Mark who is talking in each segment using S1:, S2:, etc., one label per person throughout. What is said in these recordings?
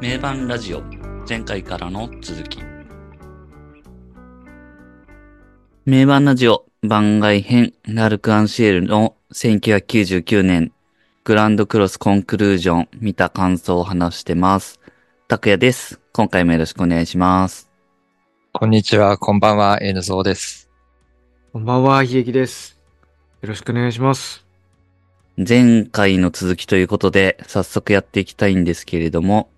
S1: 名盤ラジオ前回からの続き名盤ラジオ番外編ラルク・アンシエルの1999年グランドクロスコンクルージョン見た感想を話してます拓也です今回もよろしくお願いします
S2: こんにちは、こんばんは、N ゾウです。
S3: こんばんは、ひえきです。よろしくお願いします。
S1: 前回の続きということで早速やっていきたいんですけれども、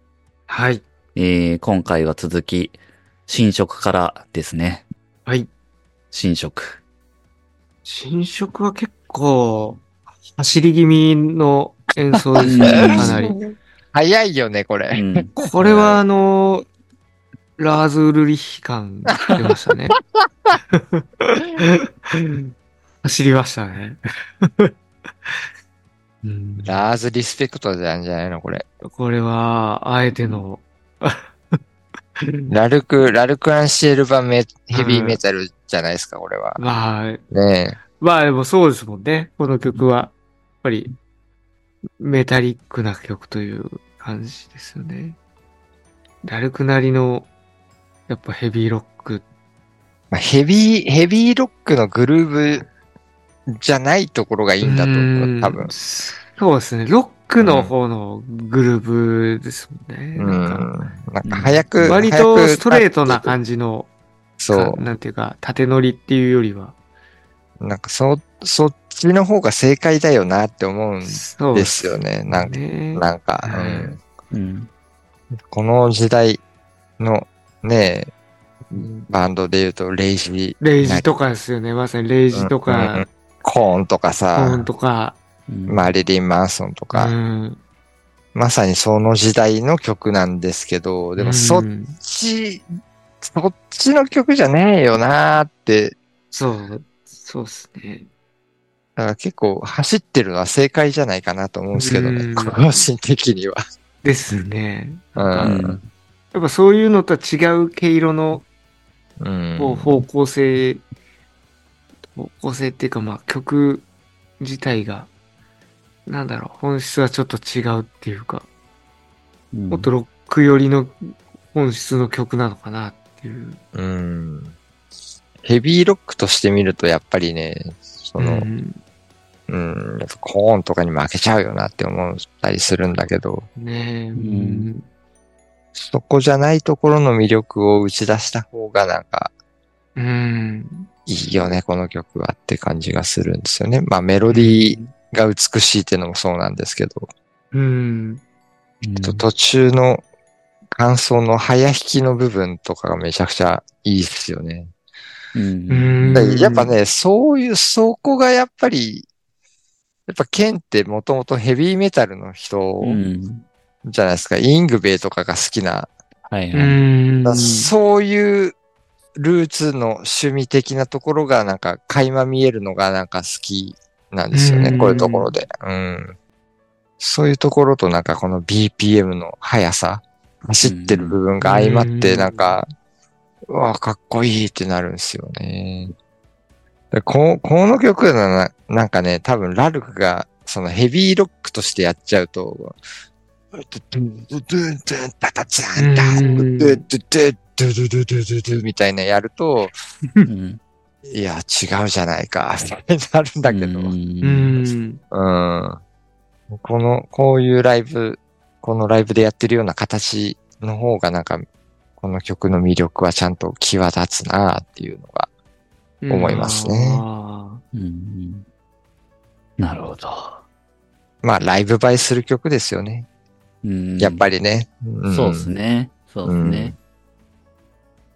S3: はい。
S1: えー今回は続き新色からですね
S3: はい。
S1: 新色
S3: 新色は結構、走り気味の演奏ですね、
S1: うん
S3: かなり。
S2: 早いよね、こ
S1: う
S2: れ。
S1: ん
S3: これは、あのラーズ・ウルリヒ感出ましたね。 走りましたね。 うん
S2: ラーズリスペクトなんじゃないの、これ。
S3: これは、あえての、
S2: ラルク、ラルクアンシエル版メヘビーメタルじゃないですか、これは。
S3: まあ、
S2: ねえ。
S3: まあでもそうですもんね。この曲は、やっぱり、メタリックな曲という感じですよね。ラルクなりの、やっぱヘビーロック。
S2: まあ、ヘビー、ヘビーロックのグルーブじゃないところがいいんだと思う、多分
S3: うーん。そうですね。ロックの方のグルーブですもんね。
S2: うん。
S3: なん
S2: なんか早く、
S3: か割と
S2: 早く
S3: ストレートな感じの、
S2: そ
S3: なんていうか、縦乗りっていうよりは。
S2: う。なんかそ、そっちの方が正解だよなって思うん
S3: そう
S2: ですよね。なんか、
S3: ね
S2: なんか、う
S3: うん
S2: ん。
S1: うん
S2: この時代のね、バンドで言うと、レイジー、
S3: レイジとかですよね。まさにレイジと
S2: うんうん
S3: か、
S2: コーンとか
S3: コー
S2: さ
S3: ン、とか、
S1: うん
S2: マリリン・マンソンと
S3: う
S2: か、
S3: ん。
S2: まさにその時代の曲なんですけど、でもそっ
S3: うん
S2: ち、そっちの曲じゃねえよなーって、
S3: そう、そうですね。
S2: だから結構走ってるのは正解じゃないかなと思うんですけど
S3: う
S2: ね、
S3: ん
S2: 個人的には。
S3: ですね。
S2: うん。
S3: やっぱそういうのとは違う毛色の
S2: うん。
S3: こう方向性、方向性っていうかまあ曲自体が、なんだろう、本質はちょっと違うっていう
S1: う
S3: か、
S1: ん
S3: もっとロック寄りの本質の曲なのかなっていう。
S2: うんヘビーロックとして見ると、やっぱりね、その、
S3: うん
S2: うん、やっぱコーンとかに負けちゃうよなって思ったりするんだけど、
S3: ねえ、うんん、
S2: そこじゃないところの魅力を打ち出した方がなんか
S3: うん。
S2: いいよね、この曲はって感じがするんですよね。まあメロディーが美しいっていうのもそうなんですけど、
S3: うん。
S2: と途中の感想の早弾きの部分とかがめちゃくちゃいいですよね。
S1: うん
S3: うん
S2: だからやっぱね、そういう、そこがやっぱり、やっぱケンってもともとヘビーメタルの人
S1: うん
S2: じゃないですか、イングベイとかが好きな
S1: はいは
S3: う
S1: い。
S3: ん。
S2: そういうルーツの趣味的なところがなんか垣間見えるのがなんか好きなんですよ
S3: う
S2: ね、
S3: ん
S2: こういうところで。うん。そういうところとなんかこの BPM の速さ、走ってる部分が相まって
S3: うん
S2: なんか、うわ、かっこいいってなるんですよね。でここの曲だな、なんかね、多分ラルクがそのヘビーロックとしてやっちゃうと、ドゥンドゥンドゥンドゥンタタツーンタ
S3: うん
S2: ドゥドゥドゥドゥドゥドゥドゥドゥみたいなやると、
S1: うん
S2: いや、違うじゃないか、みたいになるんだけど、
S1: う
S2: うん。
S3: うん。
S2: この、こういうライブ、このライブでやってるような形の方がなんか、この曲の魅力はちゃんと際立つなっていうのが。思いますね
S3: あ
S1: うんなるほど。
S2: まあ、ライブ映えする曲ですよね。やっぱ
S1: り。
S2: りね。ん
S1: そうです。ね。そうですね。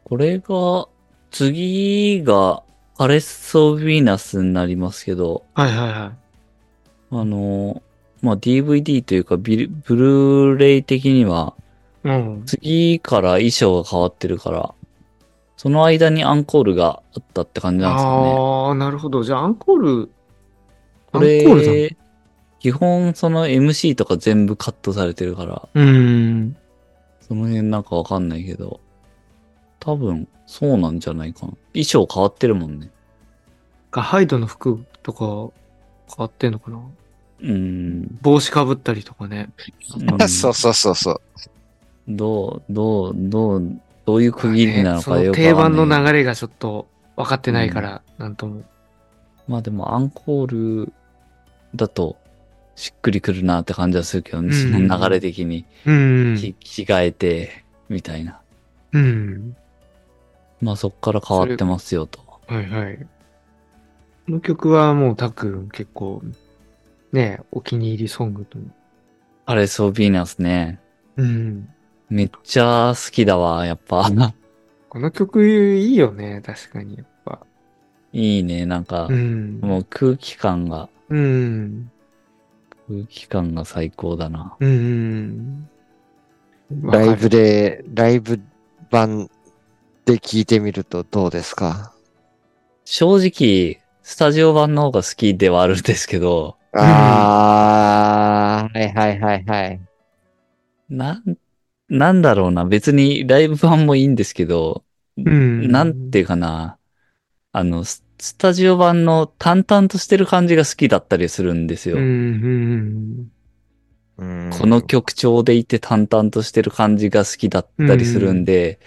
S1: これが、次が、パレッソ・ヴィーナスになりますけど、
S3: ーはいはいはい。
S1: あの、まあ、DVD というかビル、ブルーレイ的には、
S3: うん。
S1: 次から衣装が変わってるから、その間にアンコールがあったって感じなんですかね。
S3: ああ、なるほど。じゃあ、アンコール、
S1: こ
S3: アンコールだ
S1: れ、基本その MC とか全部カットされてるから、
S3: うーん。
S1: その辺なんかわかんないけど、多分そうなんじゃないかな。衣装変わってるもんね。
S3: がハイドの服とか変わってんのかな
S1: うん。
S3: 帽子かぶったりとかね。
S1: うん
S2: そうそうそうそう。
S1: どう、どう、どう、どういう区切りなの
S3: そ
S1: かよ
S3: の
S1: くわ
S3: 定
S1: か
S3: 番
S1: んない
S3: の流れがちょっと分かってないから、なんとも。
S1: まあでもアンコールだとしっくりくるなって感じはするけどね、
S3: うん
S1: その流れ的に、
S3: うん
S1: き。着替えて、みたいな。
S3: うん。
S1: まあそっから変わってますよと。
S3: はいはい。この曲はもうたっくん結構、ね、お気に入りソングと。
S1: アレス・オビーナスね。
S3: うん。
S1: めっちゃ好きだわ、やっぱ。
S3: この曲いいよね、確かに。やっぱ。
S1: いいね、なんか
S3: う、ん。
S1: もう空気感が、
S3: うん。
S1: 空気感が最高だな。
S3: うん。
S2: ライブ
S3: で。
S2: で、ライブ版で聞いてみるとどうですか
S1: 正直、スタジオ版の方が好きではあるんですけど、
S3: ん
S2: あー、はいはいはいはい。
S1: なん、なんだろうな。別にライブ版もいいんですけど、
S3: うん
S1: なんていうかな。あの、ススタジオ版の淡々としてる感じが好きだったりするんですよ。
S3: うん。うん。
S2: うん
S1: この曲調でいて淡々としてる感じが好きだったりするんで、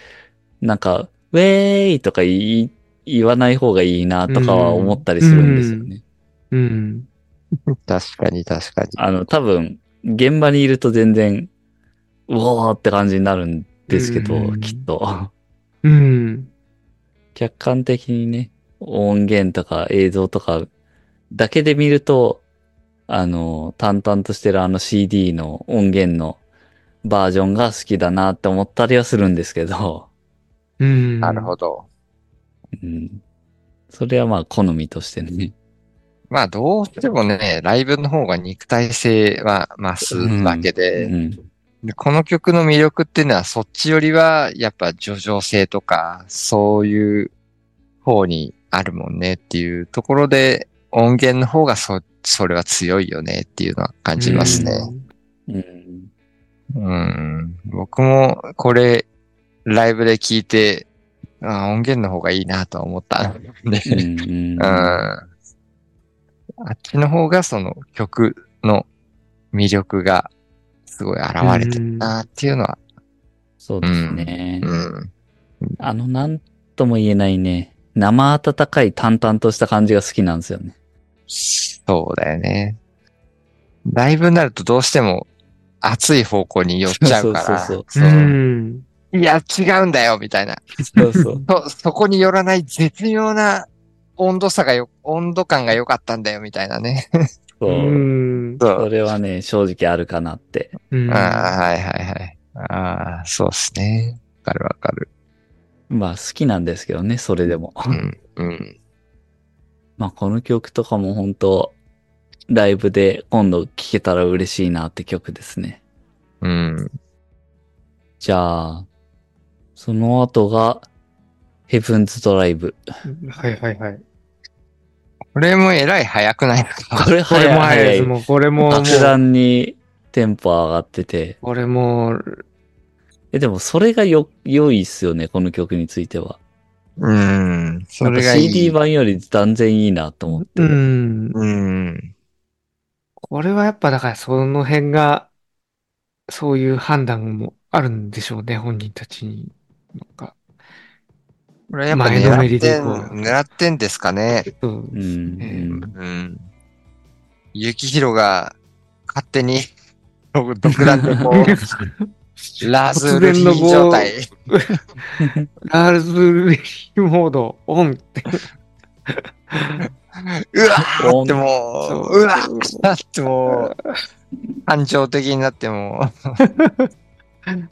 S1: なんか、ウェーイとか言い言わない方がいいなとかは思ったりするんですよね。
S3: うん。
S2: 確かに確かに。
S1: あの、多分、現場にいると全然、うおーって感じになるんですけど、
S3: うん
S1: きっと。
S3: うん。
S1: 客観的にね、音源とか映像とかだけで見ると、あの、淡々としてるあの CD の音源のバージョンが好きだなって思ったりはするんですけど、
S3: うん。
S2: なるほど。
S1: うん。それはまあ好みとしてね。
S2: まあどうしてもね、ライブの方が肉体性は増すわけ
S1: う
S2: で、
S1: ん。
S2: でこの曲の魅力っていうのはそっちよりはやっぱ叙情性とかそういう方にあるもんねっていうところで音源の方がそそれは強いよねっていうのは感じますね。
S1: うん。
S2: うん。僕もこれライブで聞いてあ音源の方がいいなとは思ったんで。
S1: うんうん。
S2: うんあっちの方がその曲の魅力がすごい現れてるなっていうのは、
S1: そうですね。
S2: うん。
S1: あの、なんとも言えないね、生温かい淡々とした感じが好きなんですよね。
S2: そうだよね。ライブになるとどうしても熱い方向に寄っちゃうから。
S1: そう
S3: う
S1: そ
S3: ん。
S2: いや、違うんだよみたいな。
S1: そうそう。
S2: そ、そこに寄らない絶妙な温度差がよ、温度感が良かったんだよみたいなね。
S1: そうう。
S3: ん。
S2: そう
S1: そ。れはね、正直あるかなって。
S3: うん
S2: ああ、はいはいはい。ああ、そうっすね。わかるわかる。
S1: まあ好きなんですけどね、それでも。
S2: うん、うん。
S1: まあこの曲とかも本当ライブで今度聴けたら嬉しいなって曲ですね。
S2: うん。
S1: じゃあ、その後が、ヘブンズドライブ。
S3: はいはいはい。
S2: これもえらい早くないですか
S1: これ
S3: これ
S1: 早い
S3: も早い
S1: 早
S3: で
S1: い
S3: す。。もうこれも、もう
S1: 爆弾にテンポ上がってて。
S3: これも、
S1: え、でもそれがよ、良いっすよね、この曲については。
S2: うん。それが
S1: なん
S2: い
S1: か CD
S2: い。
S1: 版より断然いいなと思って。
S3: うん。
S2: うん。
S3: これはやっぱだからその辺が、そういう判断もあるんでしょうね、本人たちに。なんか、
S2: これやっぱ
S3: 前のめ
S2: 狙
S3: り
S2: っ
S3: でい
S2: て
S3: こ
S2: ん
S3: う、
S2: 狙ってんですかね。
S3: そう
S1: う
S3: です
S1: ん。う
S3: ね。
S1: ん
S2: うん。ゆきひろが勝手に独断でこ う、ラズルリー状態。
S3: ラーズレヒモードオンって。
S2: うわーってもう、うわーってもう、感情的になってもう、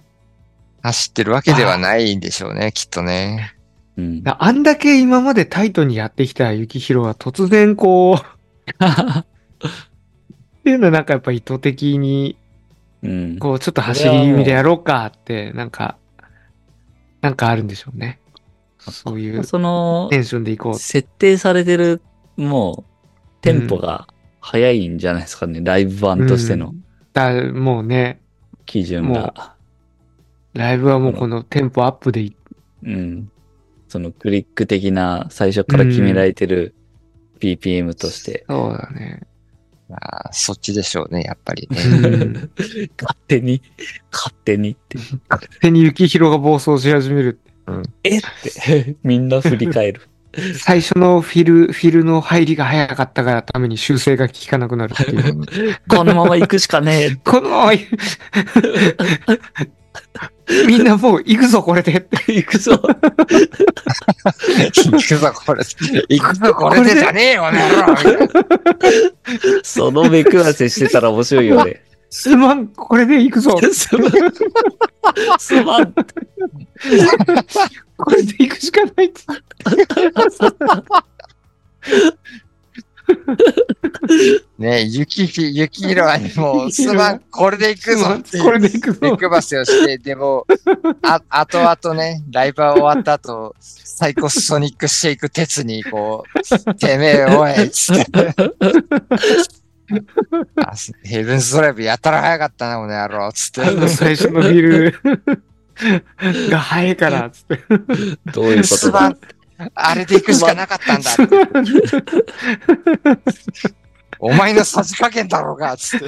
S2: 走ってるわけではないんでしょうね、きっとね。
S1: うん。
S3: あんだけ今までタイトにやってきた雪広は突然こう、 っていうのはなんかやっぱ意図的に、
S1: うん。
S3: こうちょっと走り気味でやろうかって、なんか、なんかあるんでしょうね。そういう
S1: その、
S3: テンションでいこう。
S1: 設定されてる、もう、テンポが早いんじゃないですかね。ライブ版として
S3: う
S1: の
S3: んだ、もうね、
S1: 基準が。
S3: ライブはもうこのテンポアップでい、
S1: うん。そのクリック的な最初から決められてる BPM として、
S3: そうだね。
S2: あーそっちでしょうね、やっぱりね。
S3: うん
S1: 勝手に、勝手手にって。
S3: 勝手に幸宏が暴走し始める。
S1: えって、 みんな振り返る。
S3: 最初のフィル、フィルの入りが早かったからために修正が効かなくなるっていう。
S1: このまま行くしかねえって。
S3: このままみんなもう行くぞこれでって。
S1: 行くぞ。
S2: 行くぞ、これ。行くぞ、これでじゃねえよ、ね
S1: その目くわせしてたら面白いよ ね。
S3: すまん、これで行くぞ。
S1: すまん。すまん。
S3: これで行くしかないっつって。
S2: ねえ、雪、雪色はねもう、すまん、これで行くぞっていう
S3: これで行く
S2: 目
S3: ぞ。
S2: 配せをして、でも、あ、あとあとね、ライブは終わった後、サイコソニックシェイク鉄に、こう、てめえ、おい、つって。あヘブンスドライブやたら早かったな、この野郎、つって
S3: あ。の最初のフィルが早いからっつって。
S1: どういうこ
S2: す
S1: と
S2: ま
S1: だ
S2: ん、あれで行くしかなかったんだ。お前のさじ加減だろうが、つって。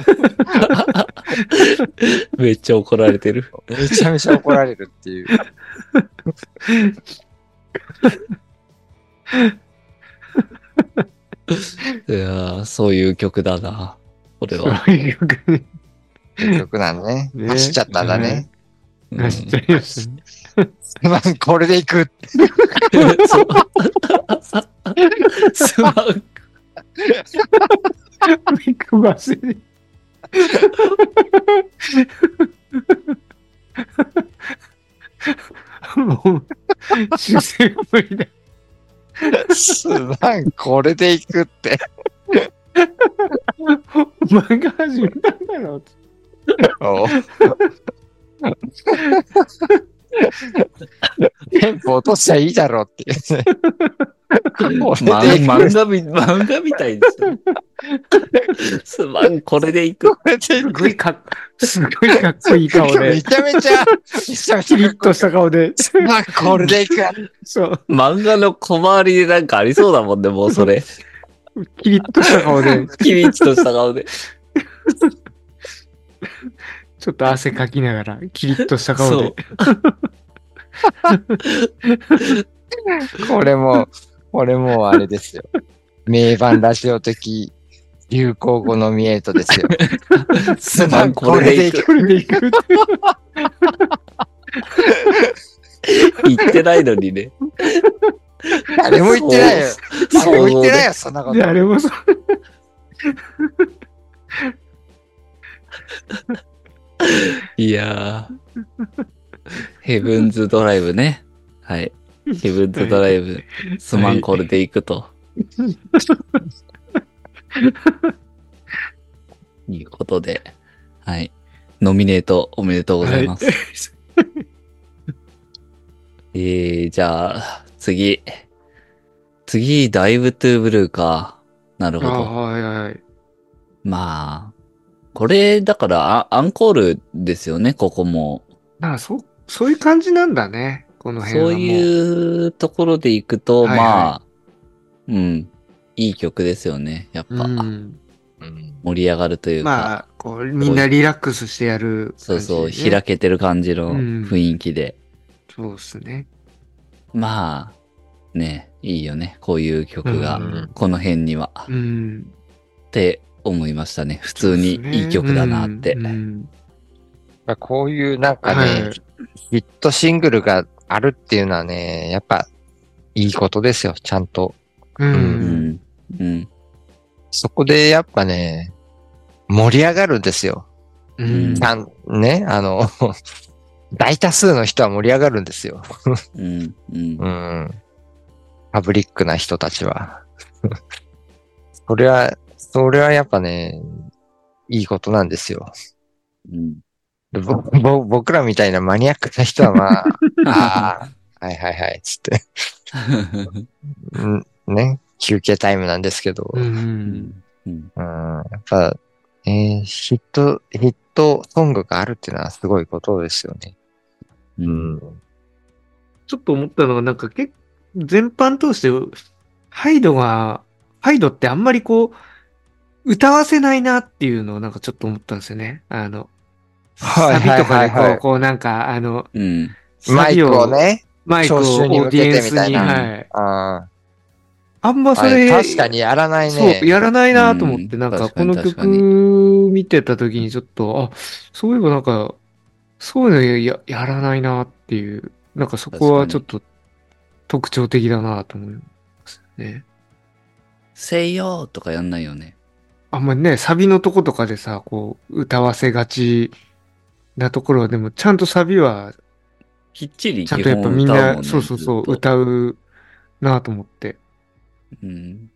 S1: めっちゃ怒られてる。
S2: めちゃめちゃ怒られるっていう。
S1: いやーそういう曲だな。これは。
S3: そういう曲に
S2: 曲なのね。
S3: ね
S2: 走っちゃったんだ
S1: う
S2: ね。
S1: ん
S3: なっちゃいましたね。
S2: すまん、これで行くって。
S1: すまん。
S3: 目配せに。もう、修正が無理だ。
S2: すまん、これで行くって。
S3: お前が始めたんだろうって。
S2: お テンポ落としちゃいいだろう っていうね。こ
S1: ま
S2: れで行 く
S1: 漫画み、漫画みたいですね。すまん、これでいく。
S2: これで行
S3: す
S2: く
S3: ごいかっ、すごいかっこいい顔
S2: め
S3: で、
S2: ちゃめちゃ、めちゃめち
S3: キ
S2: ゃ
S3: リ
S2: かっ
S3: ッ
S2: こといい
S3: した顔で、
S2: す まん、これで行く。
S3: そう、
S1: 漫画の小回りでなんかありそうだもんね、もうそれ。
S3: キリッとした顔で、
S1: キリッとした顔で。
S3: ちょっと汗かきながら、キリッとした顔
S1: そ
S3: で
S1: う。。
S2: これも、これもうあれですよ。名盤ラジオ的流行語のミエートですよ。
S1: すまん、これでいく。
S3: これでいくって。
S1: 言ってないのにね。
S2: 誰も言ってないよ。誰も言ってない
S1: よ。
S2: よ、そんなこと。
S3: 誰もそう。
S1: いやー。ヘブンズドライブね。はい。ヘブンズドライブ。すまん、これでいく と。いうことで、はい。ノミネートおめでとうございます。えー、じゃあ、次。次、ダイブトゥーブルーか。なる
S3: あ
S1: ほど。
S3: はいはい。
S1: まあ、これ、だからあ、アンコールですよね、ここも。
S3: あ、そう、そういう感じなんだね。この辺は
S1: そ
S3: もう。
S1: ういうところで行くと、
S3: はいはい
S1: まあ、うん、いい曲ですよね。やっぱ、
S3: うん。
S2: うん
S1: 盛り上がるというか、
S3: まあ、こう、みんなリラックスしてやる
S1: そ
S3: 感
S1: う
S3: じ、ね。
S1: そう、開けてる感じの
S3: うん
S1: 雰囲気で。
S3: そうですね。
S1: まあ、ね、いいよね、こういう曲が、
S3: うん
S1: この辺には、
S3: う
S1: っ
S3: ん。
S1: て思いましたね。普通にいい曲だなって。
S3: うんうん
S2: まあこういうなんか
S3: は
S2: ね、ヒ
S3: い。
S2: ットシングルがあるっていうのはね、やっぱいいことですよ、ちゃんと。
S3: う。
S1: うんん、うん、
S2: そこでやっぱね、盛り上がるんですよ。
S3: う
S1: うん
S3: ん
S2: ち。ゃん、ね、あの、 大多数の人は盛り上がるんですよ。
S1: うん、うん
S2: う。ん。パブリックな人たちは。 それは、それはやっぱね、いいことなんですよ。
S1: うん
S2: でぼぼ僕らみたいなマニアックな人はまあ、ああ、はいはいはい、つって。 うん、ね、休憩タイムなんですけど。
S3: うん。
S2: うん、やっぱ、えーヒット、ヒットソングがあるっていうのはすごいことですよね。
S1: う。
S2: うんん。
S3: ちょっと思ったのが、なんか結構、全般通して、ハイドが、ハイドってあんまりこう、歌わせないなっていうのをなんかちょっと思ったんですよね。あの、
S2: はい
S3: サビとか
S2: はい
S3: でこう、
S2: はいはい
S3: こうなんか、あの、
S1: うん。
S2: マ
S3: サ
S2: イ
S3: ビ
S2: クを、ね。
S3: マイクをオ
S2: 聴衆に
S3: ー
S2: 向
S3: デ
S2: け
S3: ィ
S2: て
S3: エンス
S2: みたい
S3: に、
S2: な
S3: はい。
S2: あ
S3: あんま
S2: あ
S3: それ、
S2: 確かにやらないね。
S3: そう、やらないなと思って、
S1: うん
S3: なんか
S1: 確
S3: こ
S1: かに
S3: の
S1: 確か
S3: 曲
S1: に
S3: 見てた時にちょっと、あ、そういえばなんか、そういうのややらないなっていう、なんかそこはちょっと特徴的だなと思いますね。
S1: せいよーとかやんないよね。
S3: あんまりね、サビのとことかでさ、こう、歌わせがちなところは、でもちゃんとサビは、
S1: きっちり
S3: ちゃん
S1: 基
S3: とやっぱ
S1: 本
S3: みん
S1: 歌うもん
S3: な、
S1: ね
S3: そうそうそう、
S1: ずっと
S3: 歌うなと思って。
S1: うん。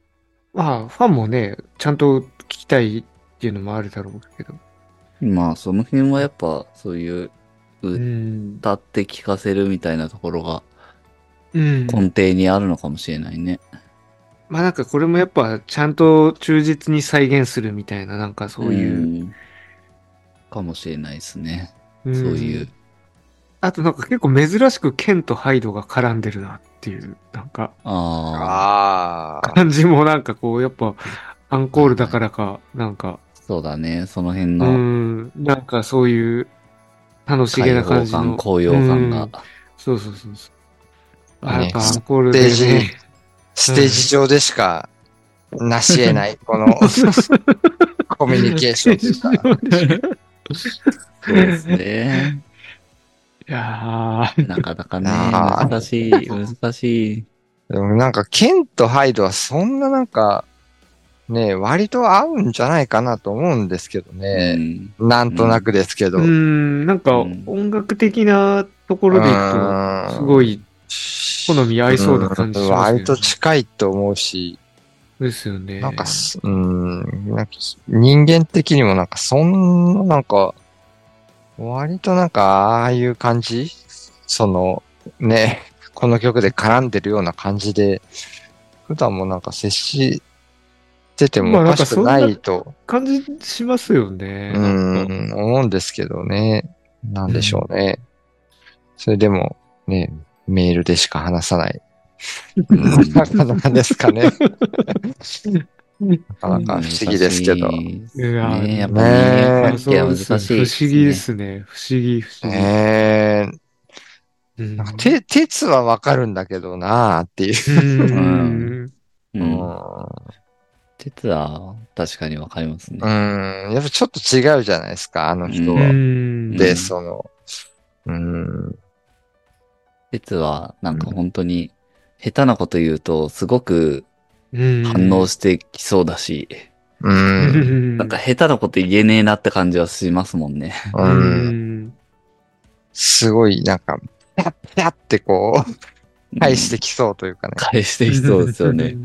S3: まあ、ファンもね、ちゃんと聞きたいっていうのもあるだろうけど。
S1: まあ、その辺はやっぱ、そういう、
S3: うん。
S1: 歌って聞かせるみたいなところが
S3: うん。
S1: 根底にあるのかもしれないね。
S3: まあなんかこれもやっぱちゃんと忠実に再現するみたいな、なんかそういう。
S1: んかもしれないですね。
S3: ん
S1: そういう。。
S3: あとなんか結構珍しくケンとハイドが絡んでるなっていう、なんか
S1: ああ、
S2: ああ。
S3: 感じもなんかこう、やっぱアンコールだからか、なんか、
S1: そうだね。その辺
S3: う
S1: の
S3: ん、なんかそういう楽しげ
S1: 開
S3: な感
S1: 放
S3: じの。
S1: 感、高揚感
S3: う
S1: が
S3: ん。そうそうそうそう。あ、
S2: ね
S3: やっぱアンコール
S2: ステ
S3: で
S2: ージ
S3: ね。
S2: ステージ上でしか、なし得ない、この、コミュニケーションというか。
S1: そうですね。
S3: いやー、
S1: なかな かね、
S2: あー
S1: 難しい、難しい。
S2: でもなんか、ケンとハイドはそんななんか、ね、割と合うんじゃないかなと思うんですけど
S1: う
S2: ね。
S1: ん
S2: なんとなくですけど。
S3: う
S2: うーん
S3: ん、なんか音楽的なところでいくと、すごい好み合いそうな感じしますよね
S2: 割と近いと思うし、
S3: ですよね。
S2: なんかす、うん、なんか人間的にもなんか、そんな、なんか、割となんか、ああいう感じその、ね、この曲で絡んでるような感じで、普段もなんか接してて
S3: まあ
S2: もお
S3: なん
S2: か
S3: か
S2: し
S3: そ
S2: く
S3: ん
S2: な
S3: な
S2: いと、
S3: 感じしますよね。なんか
S2: うん、思うんですけどね。なんでしょうね。それでも、ね、メールでしか話さない。うんなかなかですかね。なかなか不思議ですけど。
S1: 難しい
S3: いや
S1: ね、やっぱ人
S2: ね
S1: 間関係は難しいっすね、
S3: 不思議ですね。不思議、不思議。
S2: ええ
S3: うん
S2: なんか、て、鉄はわかるんだけどなーっていう。
S3: うん。
S1: う。
S2: うんん。
S1: 実は確かにわかりますね。
S2: うん。やっぱちょっと違うじゃないですか、あの人
S1: う
S3: う
S2: は。
S3: ん。
S2: で、
S1: うん
S2: その、うん。
S1: 鉄は、なんか本当に、下手なこと言うと、すごく
S3: うん
S1: 反応してきそうだし、
S2: う。
S3: うんん。
S1: なんか下手なこと言えねえなって感じはしますもんね。
S3: う
S2: うん。
S3: ん。
S2: すごい、なんか、ピャッピャッってこう、返してきそうというかね。
S1: 返してきそうですよね。。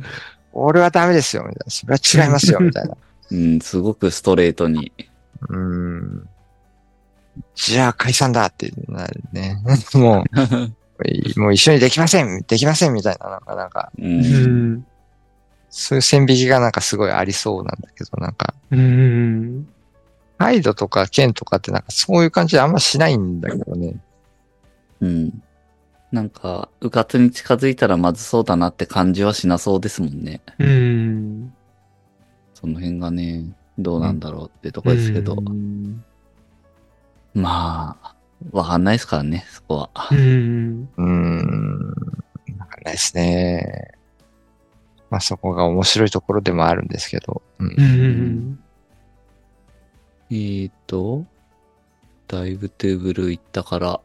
S2: 俺はダメですよ、みたいな。それは違いますよ、みたいな。
S1: うん、すごくストレートに。
S2: うん。じゃあ解散だってなるね。 もう、もう一緒にできません、できません、みたいな、なんか、なんか、
S1: う。
S3: うんん。
S2: そういう線引きがなんかすごいありそうなんだけど、なんか、
S3: うん。
S2: ハイドとかケンとかってなんかそういう感じあんましないんだけどね。
S1: うん。なんか、うかつに近づいたらまずそうだなって感じはしなそうですもんね。
S3: うん。
S1: その辺がね、どうなんだろうってとこですけど。
S3: うん。
S1: まあ、わかんないですからね、そこは。
S3: うん。
S2: うーん。なんかないですね。まあそこが面白いところでもあるんですけど。うん
S3: う。ん。
S1: えーと、ダイブトゥーブルー行ったから、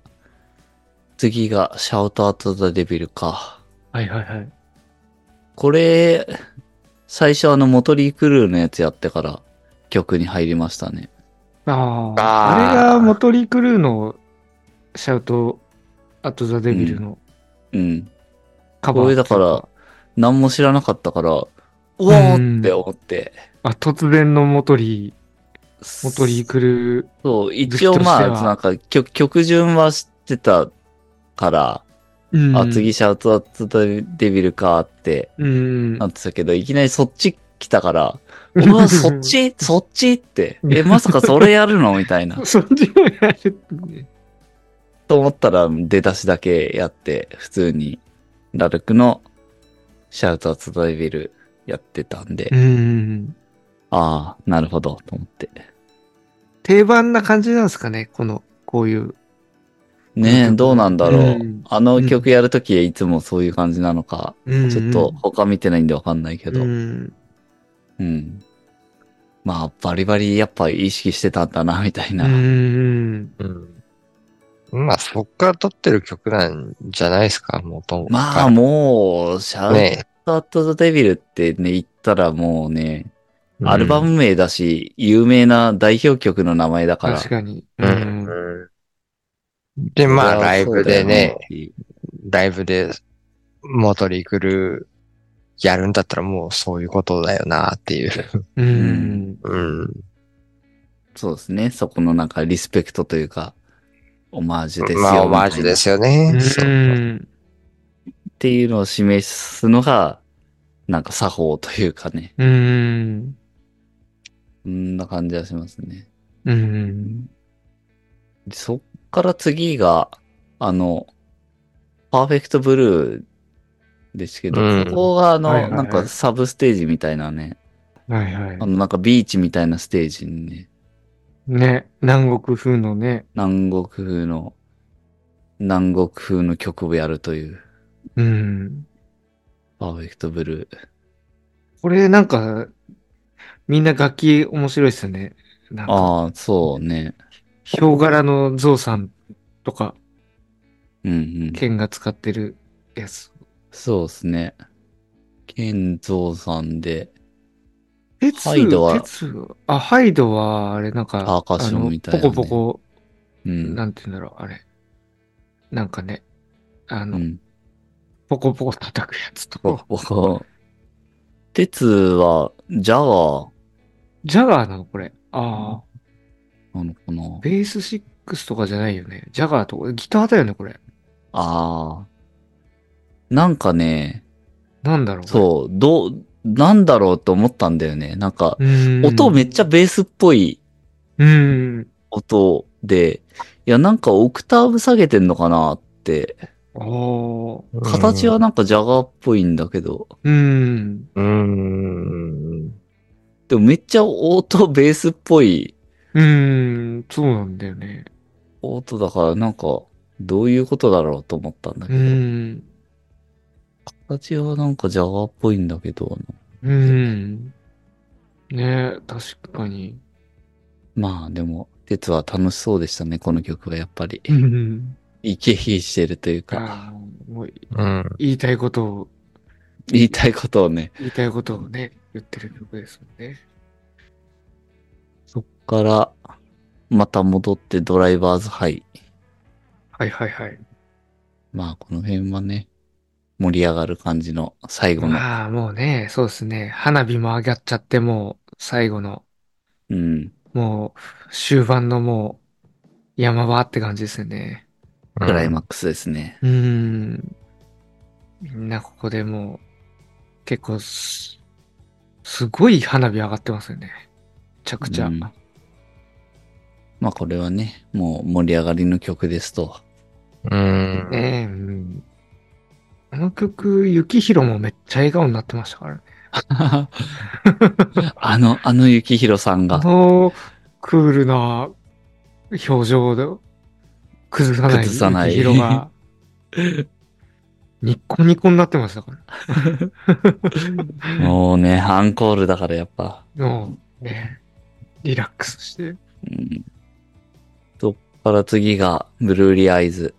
S1: 次がシャウトアウトザデビルか。
S3: はいはいはい。
S1: これ、最初あのモトリークルーのやつやってから曲に入りましたね。
S3: あ
S2: あー
S3: あ。あれがモトリクルーのシャウト、あとザ・デビルの
S1: うん。
S3: カバー。
S1: これだから、何も知らなかったから、うおーって思って。
S3: あ、突然のモトリー、モトリ
S1: ー
S3: ークルー。
S1: そう、一応まあ、
S3: 好きとしては
S1: なんか曲曲順は知ってたから、
S3: うん
S1: あ、次。シャウトアウトザデビルかって
S3: うん
S1: な。ってたけど、いきなりそっち来たから、うわ、そっちそっちって。え、まさかそれやるのみたい な。
S3: そっちもやるね。
S1: と思ったら、出だしだけやって、普通に、ラルクの、シャウトアウトダイビルやってたんで、
S3: うん。
S1: ああ、なるほど、と思って。
S3: 定番な感じなんですかねこの、こういう。
S1: ねえ、どうなんだろう。
S3: うん
S1: あの曲やるときいつもそういう感じなのか、ちょっと他見てないんでわかんないけ
S3: け
S1: ど、う。
S3: うんん。
S1: まあ、バリバリやっぱ意識してたんだな、みたいな。
S3: うん。
S2: うん。まあ、そっから撮ってる曲なんじゃないですか、もとも
S1: まあ、もう、シャウ
S2: ね
S1: トアット・ザ・デビルってね、言ったらもうね、
S2: うん
S1: アルバム名だし、有名な代表曲の名前だから。
S3: 確かに。
S2: う
S3: うん
S2: ん。うんで、ま
S1: そ
S2: あ、
S1: れは
S2: ライブでね、
S1: そう
S2: ライブで、モトリークルーやるんだったらもうそういうことだよなっていう。
S3: うんん。
S2: うん。
S1: そうですね。そこのなんかリスペクトというか、オマージュですよ。
S2: まあ、オマージュで
S1: み
S2: すよね。そ
S1: た
S2: う
S1: いなっていうのを示すのが、なんか作法というかね。
S3: うん。
S1: そんな感じはしますね。
S3: うん。
S1: でそっから次が、あの、パーフェクトブルーですけど、
S2: うん
S1: ここがあの、
S3: はいはいはい
S1: なんかサブステージみたいなね、
S3: はいはい
S1: あ。のなんかビーチみたいなステージにね、
S3: ね、南国風のね。
S1: 南国風の、南国風の曲をやるという、
S3: うん。
S1: パーフェクトブルー。
S3: これなんか、みんな楽器面白いっすよね。なんか、
S1: ああ、そうね。
S3: ヒョウ柄のゾウさんとか、
S1: うんうん。
S3: 剣が使ってるやつ。
S1: そうですね。健三さんで、
S3: 鉄
S1: ハイドは
S3: 鉄あ、ハイドは、あれなんか、
S1: パーカッション
S3: あの
S1: みたいなね
S3: ポコポコ、
S1: うん。
S3: なんて言うんだろう、あれ。なんかね、あ
S1: う
S3: の、
S1: ん。
S3: ポコポコ叩くやつと
S1: 僕
S3: か。
S1: は、鉄は、ジャワー
S3: ジャガーなのこれ。ああ。
S1: なのかな
S3: ベースシックスとかじゃないよね。ジャガーとか、ギターだよね、これ。
S1: ああ。なんかね、
S3: なんだろう。
S1: そう、どう、なんだろうと思ったんだよね。なんか、
S3: うん。
S1: 音めっちゃベースっぽい
S3: うん。
S1: 音で、いや、なんかオクターブ下げてんのかなって。
S3: おー。
S1: 形はなんかジャガーっぽいんだけど、
S3: うん。
S2: うん。
S1: でもめっちゃ音ベースっぽい
S3: うん。そうなんだよね。
S1: 音だから、なんか、どういうことだろうと思ったんだけ
S3: う
S1: ど、
S3: ん。
S1: 形はなんかジャガーっぽいんだけど、
S3: うん。ね確かに。
S1: まあでも、鉄は楽しそうでしたね、この曲はやっぱり。
S3: うん。
S1: イケヒしてるというか、
S3: あーもう
S2: うん。
S3: 言いたいことを、
S1: 言いたいことをね、
S3: 言いたいことをね、言ってる曲ですもんね。
S1: そっから、また戻ってドライバーズハイ。
S3: はいはいはい。
S1: まあこの辺はね、盛り上がる感じの最後の、
S3: まあ、もうね、そうですね。花火も上がっちゃって、もう、最後の、
S1: うん、
S3: もう、終盤のもう、山場って感じですよね。
S1: クライマックスですね。
S3: うーん。みんなここでもう、結構す、すごい花火上がってますよね。めちゃくちゃ。
S1: うんまあこれはね、もう盛り上がりの曲です と。
S2: うん。
S3: ねえ、うん。あの曲、雪広もめっちゃ笑顔になってましたからね。
S1: あの、あの幸宏さん
S3: あ
S1: が
S3: の、クールな表情で、崩さない
S1: 崩さない
S3: 雪広 が、ニッコニコになってましたから。
S1: もうね、アンコールだからやっぱ。
S3: もう、ねリラックスして。
S1: うん。そっから次が、ブルーリーアイズ。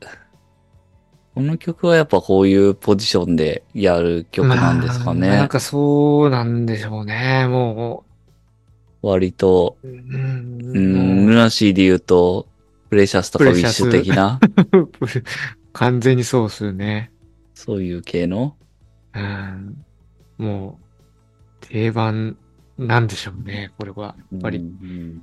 S1: この曲はやっぱこういうポジションでやる曲なんですかね。
S3: まあなんかそうなんでしょうね。も
S1: 割と、
S3: う、うん、
S1: うん、
S3: も
S1: ルナシーで言うと、プレシャスとかウィッシュ的 な、
S3: う 完全にそうっすね。
S1: そういう系の。
S3: うん、もう、定番なんでしょうね、これは。やっぱり。
S1: うん。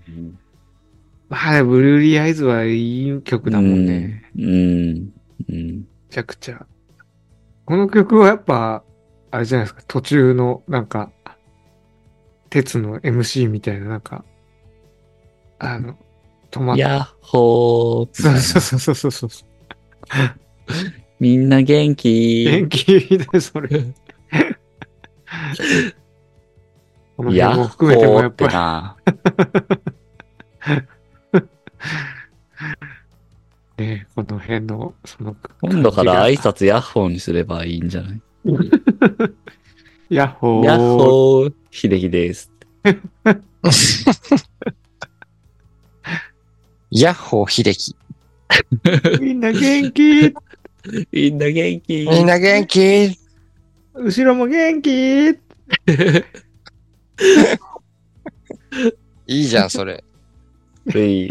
S3: まあ、ブルーリーアイズはいい曲だもんね。
S1: うん。うん。
S3: めちゃくちゃ。この曲はやっぱ、あれじゃないですか、途中の、なんか、鉄の MC みたいな、なんか、あの、止まっ
S1: ヤッホーみた
S3: そ
S1: いうな。
S3: そうそうそうそう。
S1: みんな元気。
S3: 元気だよ、それ。 この辺
S1: ヤ
S3: も
S1: ッホ
S3: 含めてもや
S1: ー
S3: っ
S1: って
S3: ぱ
S1: な。
S3: ねこの辺の、その、
S1: 今度から
S3: 感
S1: 挨
S3: じが
S1: 拶ヤッホーにすればいいんじゃない
S3: ヤッホー。
S1: ヤッホー、秀樹です。
S2: ヤッホー秀樹。
S3: みんな元気
S1: みんな元気
S2: みんな元気
S3: 後ろも元気
S2: いいじゃん、それ。
S1: いい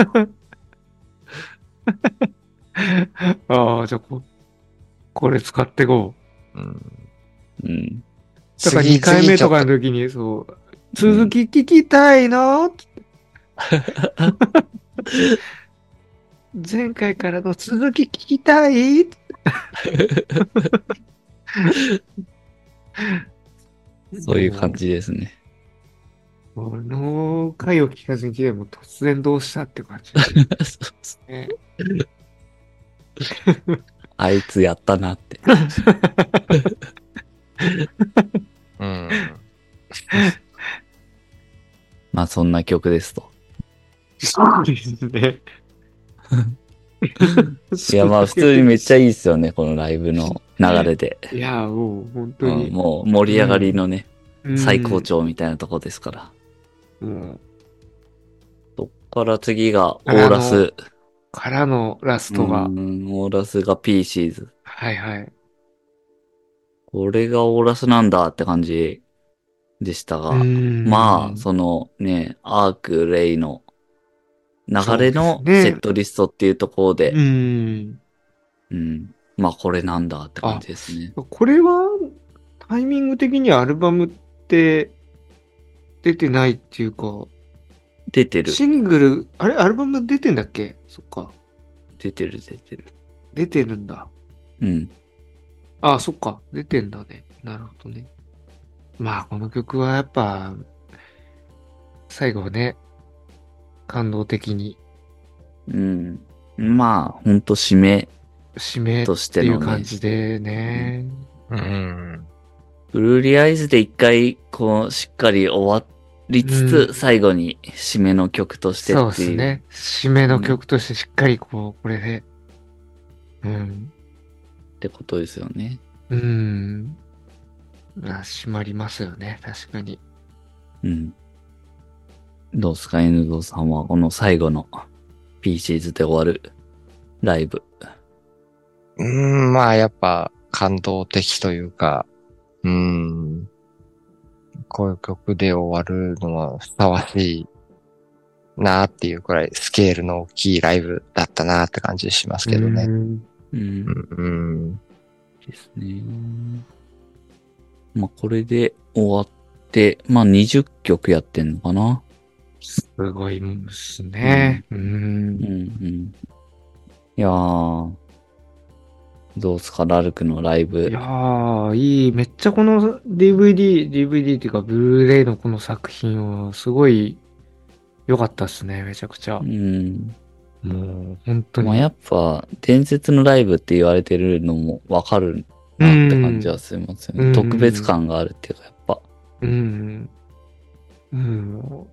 S3: ああ、じゃあこ、これ使ってこう。
S2: うん、
S1: うん。
S3: だから2回目とかの時に、そう、続き聞きた いの、って前回からの続き聞きたい
S1: そういう感。じですね。
S3: この回を聞かずに来ても突然どうしたって感じ。
S1: そうそう
S3: ね、
S1: あいつやったなって。
S2: うん。
S1: まあそんな曲ですと。
S3: そうですね。
S1: いやまあ普通にめっちゃいいですよね、このライブの流れで。
S3: いや、もう本当
S1: うん
S3: に。
S1: もう盛り上がりのね、
S3: うん
S1: 最高。潮みたいなとこですから。
S3: うん
S1: そっから次がオーラス。
S3: からのラストが。
S1: うんオーラスがピーシーズ。
S3: はいはい。
S1: これがオーラスなんだって感じでしたが。まあ、そのね、アーク、レイの流れの
S3: そうですね
S1: セットリストっていうところで、
S3: う。うん。
S1: うん。まあ、これなんだって感じですね。
S3: これは、タイミング的にアルバムって出てないっていうか、
S1: 出てる、
S3: シングル、あれアルバム出てんだっけそっか。
S1: 出てる、出てる。
S3: 出てるんだ。
S1: うん。
S3: あ、そっか。出てんだね。なるほどね。まあ、この曲はやっぱ、最後ね、感動的に
S1: うん。まあ、ほんと締め
S3: 締めっ
S1: としてて
S3: いう
S1: の
S3: 感
S1: ね、
S3: じでね。
S2: うん。
S1: ブルーリーアイズで一回、こう、しっかり終わりつつ、
S3: うん
S1: 最後に締めの曲としてってい。
S3: そううですね。締めの曲としてしっかりこう、これで。うん。
S1: ってことですよね。
S3: うん。あ締まりますよね。確かに。
S1: うん。どうすか、N ゾウさんは、この最後の p シーズで終わるライブ。
S2: うん、まあやっぱ感動的というか、うん。こういう曲で終わるのはふさわしいなっていうくらいスケールの大きいライブだったなって感じしますけどね。
S3: うん
S1: うん
S2: うん。うん
S1: ですね。まあ、これで終わって、まあ、20曲やってんのかな。
S3: すごいもんですね。う
S1: うん
S3: ん。
S1: うん。いやー、どうすか、ラルクのライブ
S3: いや。ー、いい。めっちゃこの DVD、DVD っていうか、ブルーレイのこの作品は、すごい良かったですね。めちゃくちゃ
S1: う。ん。
S3: もう、本当に。
S1: まあ、やっぱ、伝説のライブって言われてるのもわかるなって感じはしますよ
S3: う
S1: ね。
S3: ん
S1: 特別感があるっていうか、やっぱ。
S3: うん。うん。好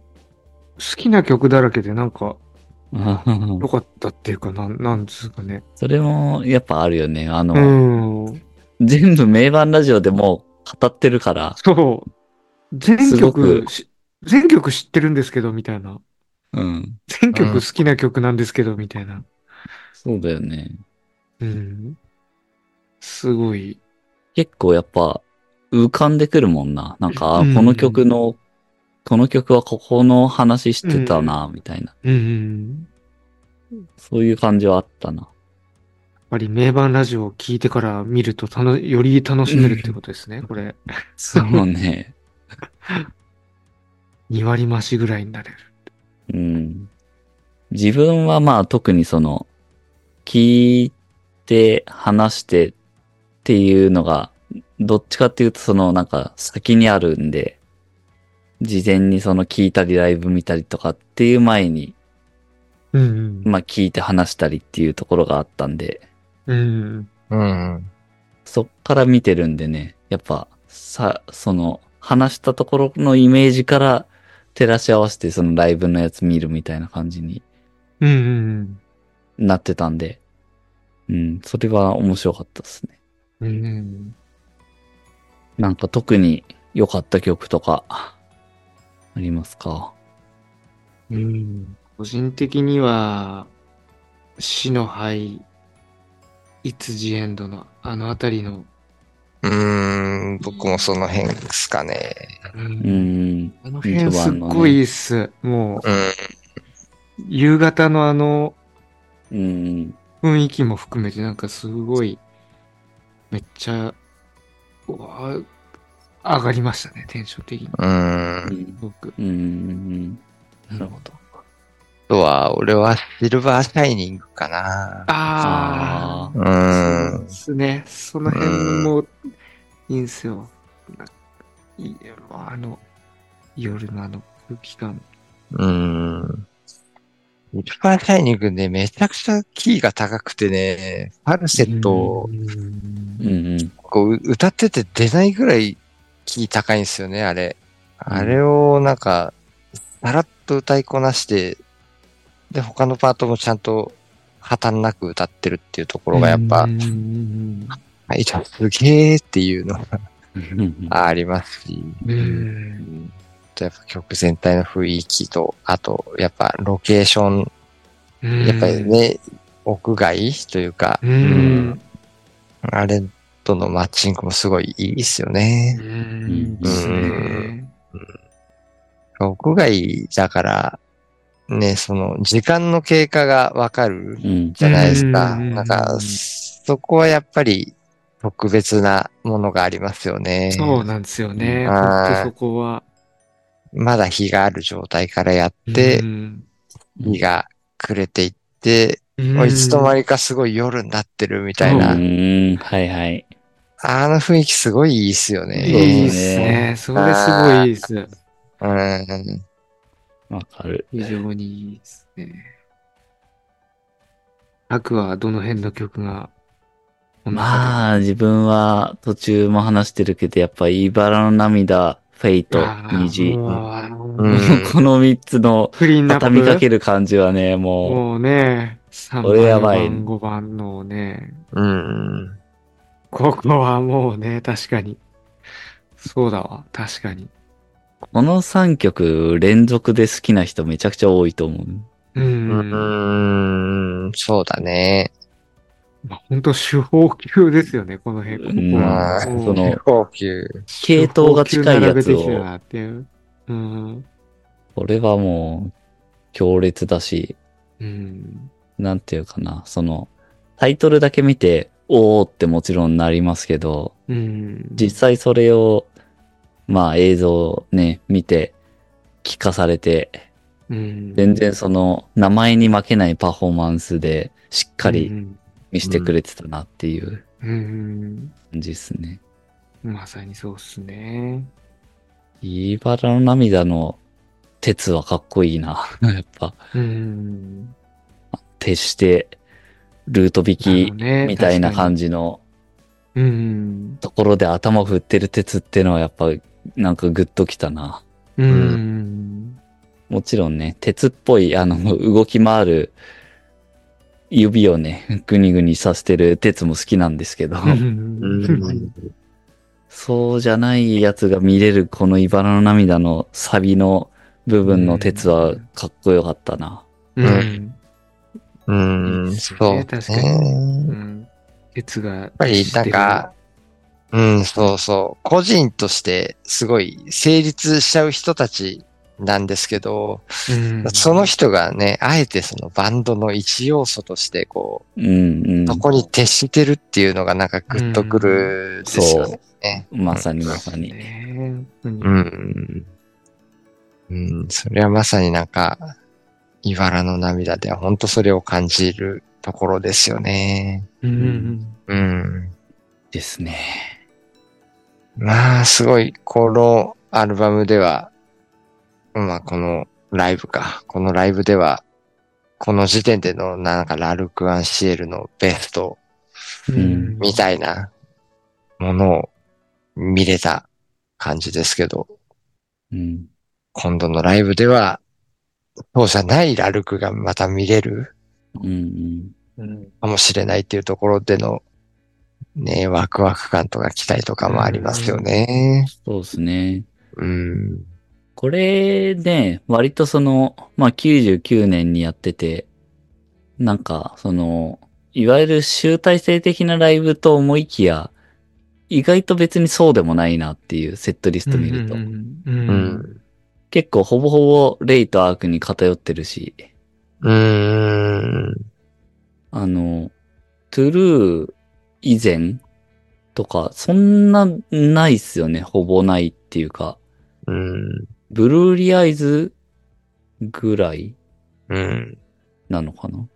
S3: きな曲だらけで、なんか、良かったっていうか、なん、なんですかね。
S1: それも、やっぱあるよね。あの、
S3: うん。
S1: 全部名盤ラジオでもう語ってるから、
S3: そう。全
S1: すごく
S3: 曲し、全曲知ってるんですけど、みたいな。
S1: うん。
S3: 全曲好きな曲なんですけど、みたいな。
S1: そうだよね。
S3: うん。すごい。
S1: 結構やっぱ浮かんでくるもんな。なんか、あ
S3: うん
S1: この曲の、この曲はここの話してたな、みたいな。
S3: うん。
S1: そういう感じはあったな。
S3: やっぱり名盤ラジオを聞いてから見ると楽、より楽しめるってことですね、これ。
S1: そうね。
S3: 2割増しぐらいになれる。
S1: うん。自分はまあ特にその、聞いて、話してっていうのが、どっちかっていうとそのなんか先にあるんで、事前にその聞いたりライブ見たりとかっていう前に、
S3: うん
S1: まあ聞いて話したりっていうところがあったんで、
S3: うん。うん。
S2: うん。
S1: そっから見てるんでね、やっぱ、さ、その、話したところのイメージから照らし合わせて、そのライブのやつ見るみたいな感じに
S3: うんうん
S1: なってたんで、うん、それは面白かったですね。
S3: うん。うんうん。
S1: なんか特に良かった曲とか、ありますか
S3: うん、個人的には、死の灰、いつジエンドのあのあたりの、
S2: うーん、僕もその辺ですかね。
S3: う
S1: うー
S3: ん、
S1: ん。
S3: あの辺すっごいいいっす。も
S2: うん。
S3: う、夕方のあの
S1: うん。
S3: 雰囲気も含めて、なんかすごい、めっちゃ、うわー上がりましたね、テンション的に。
S2: うー。
S1: うんん。
S3: 僕。
S1: うん。なるほど。
S2: あとは、俺はシルバーシャイニングかな。
S3: あ
S1: あ
S3: ー。
S2: う
S3: そ
S2: ー
S3: うんで。すね。その辺もいいんすよ。ないいやあの、夜のあの空気感。
S2: うーん。シルバーシャイニングね、めちゃくちゃキーが高くてね、ファルセットを
S1: ー。うんうん。
S2: こう歌ってて出ないぐらいキー高いんですよね、あれ。
S1: うん
S2: あれをなんか、さらっと歌いこなして、で、他のパートもちゃんと破綻なく歌ってるっていうところがやっぱ、
S3: うんうん
S2: はい、じゃあすげーっていうのが
S1: うん
S2: ありますし、
S3: うんう
S1: うん
S3: ん
S2: やっぱ曲全体の雰囲気と、あと、やっぱロケーション、
S3: うん
S2: やっぱりね、屋外というか、
S3: うん
S2: あれとのマッチングもすごいいいですよね。
S3: うんいいっすね
S2: 屋外だから、ね、その、時間の経過がわかる
S1: うん。
S2: じゃないですか。
S3: うん
S2: なんか、そこはやっぱり特別なものがありますよね。
S3: そうなんですよね。
S2: うん
S3: ほんとそこは。
S2: まだ日がある状態からやって
S3: う、ん
S2: 日が暮れていって、
S3: うん
S2: もういつの間にかすごい夜になってるみたいな、
S1: うん。はいはい。
S2: あの雰囲気すごいいいっすよね。
S3: いいっすね。それすごいいいっす。
S2: うん。
S1: わかる。
S3: 非常にいいですね。アクはどの辺の曲があ、
S1: まあ、自分は途中も話してるけど、やっぱ、イバラの涙、フェイト、虹。こ
S2: う ん
S1: の三つの
S3: クリーンナップ。
S1: 畳みかける感じはね、も
S3: もうね、3番、
S1: これや
S3: 4
S1: ばい
S3: 番、5番のね、
S2: うん。
S3: ここはもうね、確かに。そうだわ、確かに。
S1: う、この三曲連続で好きな人めちゃくちゃ多いと思う。
S3: うん。
S2: うん、そうだね。
S3: まあ、本当手法級ですよね、この辺。ここ
S1: ま
S2: ま
S1: あ
S2: あ、
S3: は。もう
S1: その
S2: 飛行級。
S1: 系統が近いやつ
S3: 手法級並べてきた
S1: を、
S3: なっていう。うん。
S1: これはもう、強烈だし、
S3: うん。
S1: なんていうかな、その、タイトルだけ見て、おーってもちろんなりますけど、
S3: うん。
S1: 実際それを、まあ映像をね、見て、聞かされて、
S3: うん
S1: 全然その名前に負けないパフォーマンスでしっか
S3: う
S1: り
S3: ん
S1: 見せてくれてたなっていう
S3: うん。
S1: 感じですね。
S3: まさにそうっすね。
S1: イバラの涙の鉄はかっこいいな。 やっぱ、
S3: うん。
S1: 徹してルート引きみたいな感
S3: じ。
S1: じの
S3: 確かにうん。
S1: ところで頭振ってる鉄ってのはやっぱなんかグッときたな。
S3: うん。
S1: もちろんね、鉄っぽいあの動き回る指をね、グニグニさせてる鉄も好きなんですけど。
S3: うん。
S1: そうじゃないやつが見れるこの茨の涙のサビの部分の鉄はかっこよかったな。
S3: うん。
S2: うん、そう、ね。
S3: 確かにうん。鉄が。やっ
S2: やっぱり、なんか、、うん、そうそう。個人として、すごい、成立しちゃう人たちなんですけど、
S3: うん、
S2: その人がね、あえてそのバンドの一要素として、こ
S1: うんうん
S2: う、。そこに徹してるっていうのが、なんかグッとくるですよね。
S1: まさにまさに。
S3: ね。うん
S2: うん。うん、それはまさになんか、茨の涙では本当それを感じるところですよね。
S3: うん。
S2: うん。
S1: ですね。
S2: まあ、すごい、このアルバムでは、まあ、このライブか。このライブでは、この時点での、なんか、ラルク・アンシエルのベスト
S1: ん
S2: みたいなものを見れた感じですけど、
S1: うん。
S2: 今度のライブでは、そうじゃないラルクがまた見れる
S1: うんうん。
S2: かもしれないっていうところでの、ね、ワクワク感とか期待とかもありますよね。
S1: そうですね。
S2: うん。
S1: これね、割とその、まあ、99年にやってて、なんか、その、いわゆる集大成的なライブと思いきや、意外と別にそうでもないなっていうセットリスト見ると。
S3: うんう。
S2: うんん。
S1: 結構ほぼほぼレイとアークに偏ってるし、
S2: うん。
S1: あの、トゥルー以前とか、そんなないっすよね。ほぼないっていうか、
S2: うん。
S1: ブルーリアイズぐらい
S2: うん。
S1: なのかな。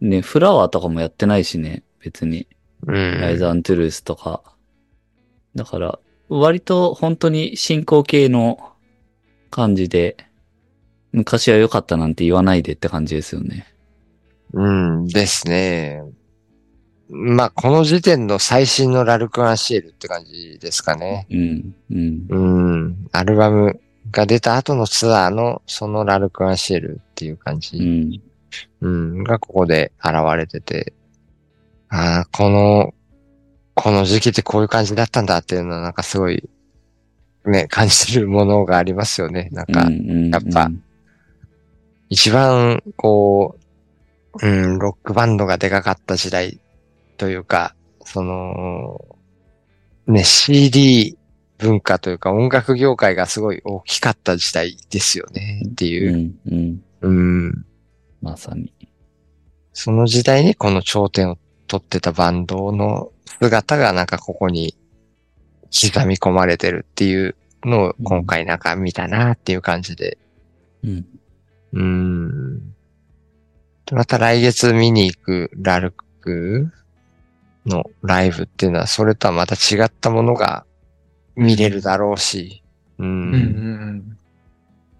S1: ね、フラワーとかもやってないしね、別に。
S2: うん。
S1: ライザントゥルースとか。だから、割と本当に進行形の感じで、昔は良かったなんて言わないでって感じですよね。
S2: うんですね。まあ、この時点の最新のラルク・アンシエルって感じですかね。
S1: うん、うん。
S2: うん。アルバムが出た後のツアーの、そのラルク・アンシエルっていう感
S1: う
S2: じ、
S1: ん。
S2: うん、がここで現れてて、ああ、この、この時期ってこういう感じだったんだっていうのは、なんかすごい、ね、感じるものがありますよね。なんか
S1: う、んうん
S2: やっぱ一番、こう、うん、ロックバンドがでかかった時代というか、その、ね、CD 文化というか音楽業界がすごい大きかった時代ですよねって
S1: う
S2: いう。
S1: ん、うん。
S2: うん。
S1: まさに。
S2: その時代にこの頂点を取ってたバンドの姿がなんかここに刻み込まれてるっていうのを今回なんか見たなっていう感じで。
S1: うん。
S2: うーん。また来月見に行くラルクのライブっていうのは、それとはまた違ったものが見れるだろうし、うん。
S3: うんうん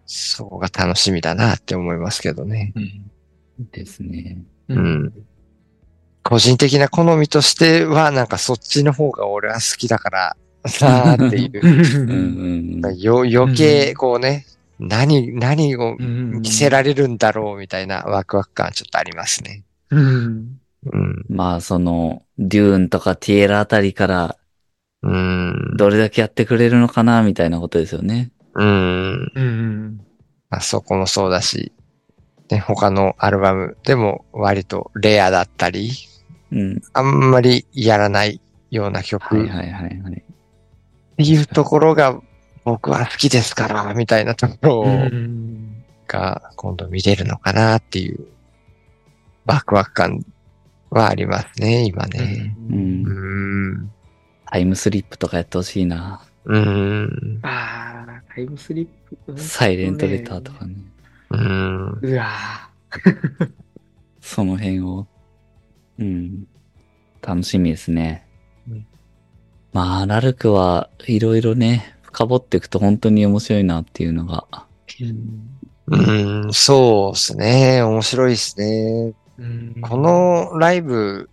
S2: そこが楽しみだなって思いますけどね。
S3: うん
S1: ですね。
S3: う。
S2: うんん。個人的な好みとしては、なんかそっちの方が俺は好きだから、なーっていう。
S1: うん、うんうん。
S2: よ余計、こうね、何、何を
S3: うん
S2: 見せられるんだろうみたいなワクワク感はちょっとありますね。
S3: うん。
S2: うん。
S1: まあ、その、デューンとかティエラあたりから、
S2: うん。
S1: どれだけやってくれるのかな、みたいなことですよね。
S2: うん。
S3: うん。
S2: あそこもそうだし、ね、他のアルバムでも割とレアだったり、
S1: うん。
S2: あんまりやらないような曲
S1: は
S2: っ
S1: いはいはいはい。
S2: ていうところが僕は好きですから、みたいなところを
S3: うん
S2: が今度見れるのかなっていうワクワク感はありますね、今ね。
S1: う。
S2: うんーん。
S1: タイムスリップとかやってほしいな。
S2: うーん。
S3: ああ、タイムスリップ。うん
S1: サイレントレターとかね。
S2: うーん。
S3: うわあ。
S1: その辺を。うん。楽しみですね。
S3: うん
S1: まあ、ラルクはいろいろね、深掘っていくと本当に面白いなっていうのが。
S3: うん
S2: うーん、そうですね。面白いですね。
S3: うん
S2: こ、のライブ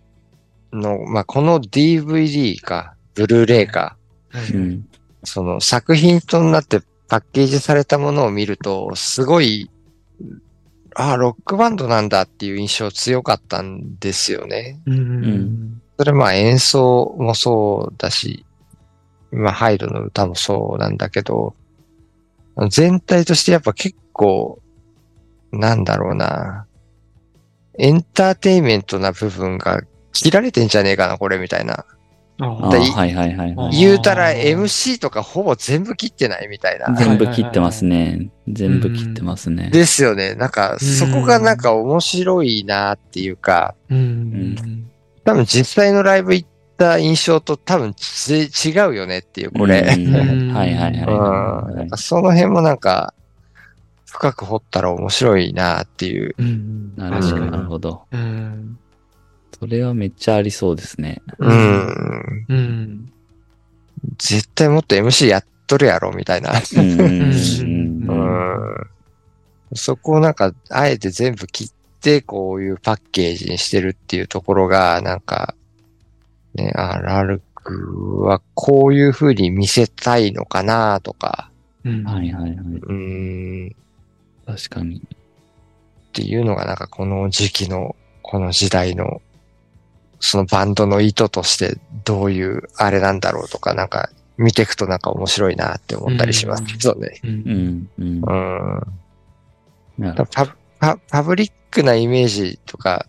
S2: の、まあ、この DVD か、ブルーレイか、
S3: はい
S1: うん。
S2: その作品となってパッケージされたものを見ると、すごい、ああ、ロックバンドなんだっていう印象強かったんですよね。
S3: うん。
S2: それまあ演奏もそうだし、まあハイドの歌もそうなんだけど、全体としてやっぱ結構、なんだろうな、エンターテインメントな部分が切られてんじゃねえかな、これみたいな。
S1: ああ、
S3: あ
S1: は
S2: で
S1: いはいはいはい。
S2: 言うたら
S3: あー
S2: MC とかほぼ全部切ってないみたいな。
S1: 全部切ってますね。全部切ってますね。
S2: ですよね。なんか、そこがなんか面白いなっていうか、
S3: うん。
S2: 多分実際のライブ行った印象と多分ち違うよねっていう、これ。
S1: うんはいはいはいはいはいは
S2: う
S1: い
S2: ん。その辺もなんか、深く掘ったら面白いなっていう。
S3: うん。
S1: なるほ
S2: 確か
S1: ど、
S2: に
S1: なるほど。
S3: うん。
S1: それはめっちゃありそうですね。
S2: う
S3: うん
S2: ん。
S3: うん。
S2: 絶対もっと MC やっとるやろ、みたいな。
S1: うんうん
S3: う
S2: う
S1: うん
S2: ん。そこをなんか、あえて全部切って、こういうパッケージにしてるっていうところが、なんか、ね、あ、ラルクはこういう風に見せたいのかなとか。
S3: うん。
S1: はいはいはい。
S2: うーん
S1: 確かに。
S2: っていうのがなんかこの時期の、この時代の、そのバンドの意図としてどういうあれなんだろうとか、なんか見ていくとなんか面白いなって思ったりしますけどね。
S3: うん
S1: うん、うん。
S2: うん。
S1: なるほ
S2: パパパブリックなイメージとか、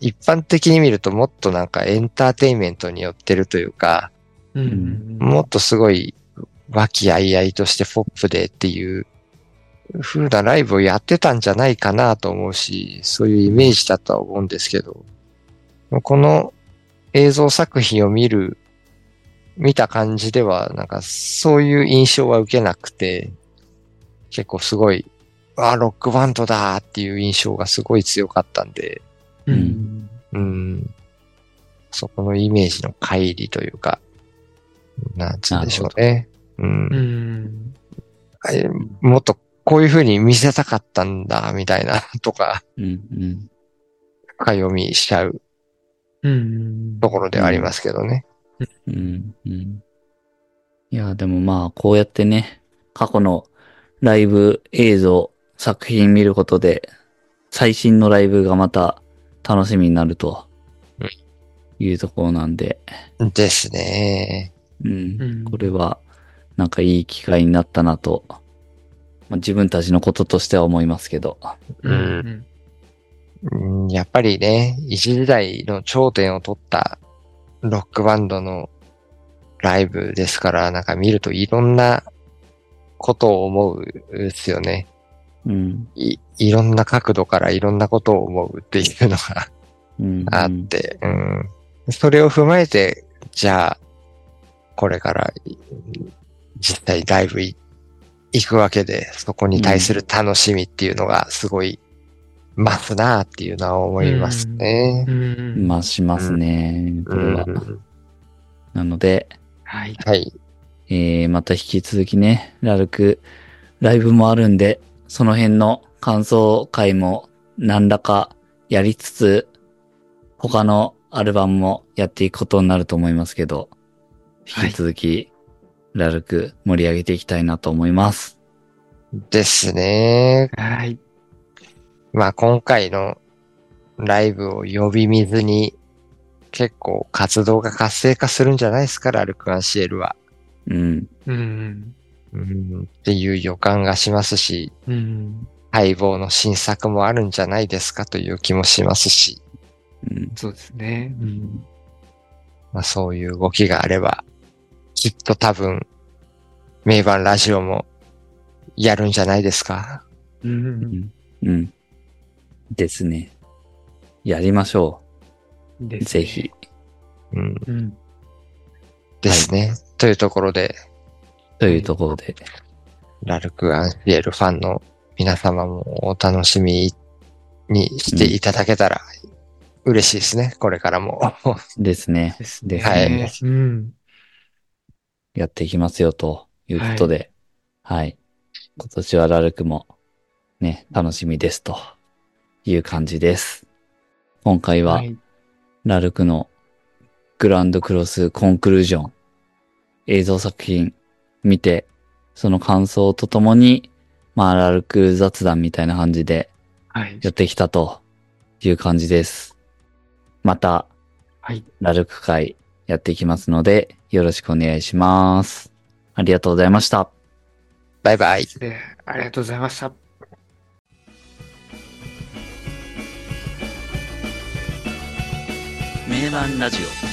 S2: 一般的に見るともっとなんかエンターテインメントに寄ってるというか、
S3: うん
S2: もっとすごい和気あいあいとしてポップでっていう風なライブをやってたんじゃないかなと思うし、そういうイメージだとは思うんですけど、この映像作品を見る、見た感じでは、なんかそういう印象は受けなくて、結構すごい、あ、ロックバンドだっていう印象がすごい強かったんで、
S3: う
S1: うん
S3: ん
S2: うん。そこのイメージの乖離というか、なんつうんでしょうね。うん
S3: う。ん
S2: あれもっとこういう風に見せたかったんだ、みたいな、 とか、
S1: ど。うん、うん。
S2: 深読みしちゃう
S3: うん
S2: ところではありますけどね。
S1: うん、うん。いや、でもまあ、こうやってね、過去のライブ映像、作品見ることで、最新のライブがまた楽しみになると
S2: うん
S1: いうところなんで、
S2: ですね。
S1: うん
S3: う。ん
S1: これは、なんかいい機会になったなと、まあ、自分たちのこととしては思いますけど、
S3: うん
S2: うんやっぱりね、一時代の頂点を取ったロックバンドのライブですから、なんか見るといろんなことを思うですよね。
S1: うん。
S2: い、いろんな角度からいろんなことを思うっていうのが
S1: うん、
S2: あって、うん。それを踏まえて、じゃあ、これから、い実際ライブい行くわけで、そこに対する楽しみっていうのがすごい、増すなっていうのは思いますね。
S3: うん
S1: まあ、しますね。これは。
S2: うん
S1: なので、
S3: はい。
S2: はい。
S1: えー、また引き続きね、ラルク、ライブもあるんで、その辺の感想会も何らかやりつつ、他のアルバムもやっていくことになると思いますけど、
S3: はい
S1: 引き続き、ラルク盛り上げていきたいなと思います。
S2: ですね。
S3: はい。
S2: まあ今回のライブを呼び水に、結構活動が活性化するんじゃないですか、ラルクアンシエルは。
S1: うん。
S3: うん
S2: うんっていう予感がしますし、
S3: うん。
S2: 待望の新作もあるんじゃないですかという気もしますし、
S1: うん。
S3: そうですね。うん
S2: まあ、そういう動きがあれば、きっと多分、名盤ラジオもやるんじゃないですか。
S3: うん
S1: うん。ですね。やりましょ
S3: で
S1: う。
S3: すね
S1: ぜひ。。
S2: うん、
S3: うん。
S2: ですね。というところで、
S1: というところで。
S2: ラルク・アンシエルファンの皆様もお楽しみにしていただけたら嬉しいですね。これからも。
S1: ですね。
S3: です
S1: で
S3: ね。
S1: はい
S3: うん。
S1: やっていきますよということで、はい。今年はラルクもね、楽しみですという感じです。今回は
S3: はい。
S1: ラルクのグランドクロスコンクルージョン映像作品見て、その感想とともに、まあラルク雑談みたいな感じで
S3: はい。
S1: やってきたという感じです。また
S3: はい。
S1: ラルク会やっていきますので、よろしくお願いします。ありがとうございました。
S2: バイバイ。
S3: で、ありがとうございました。
S1: 名盤ラジオ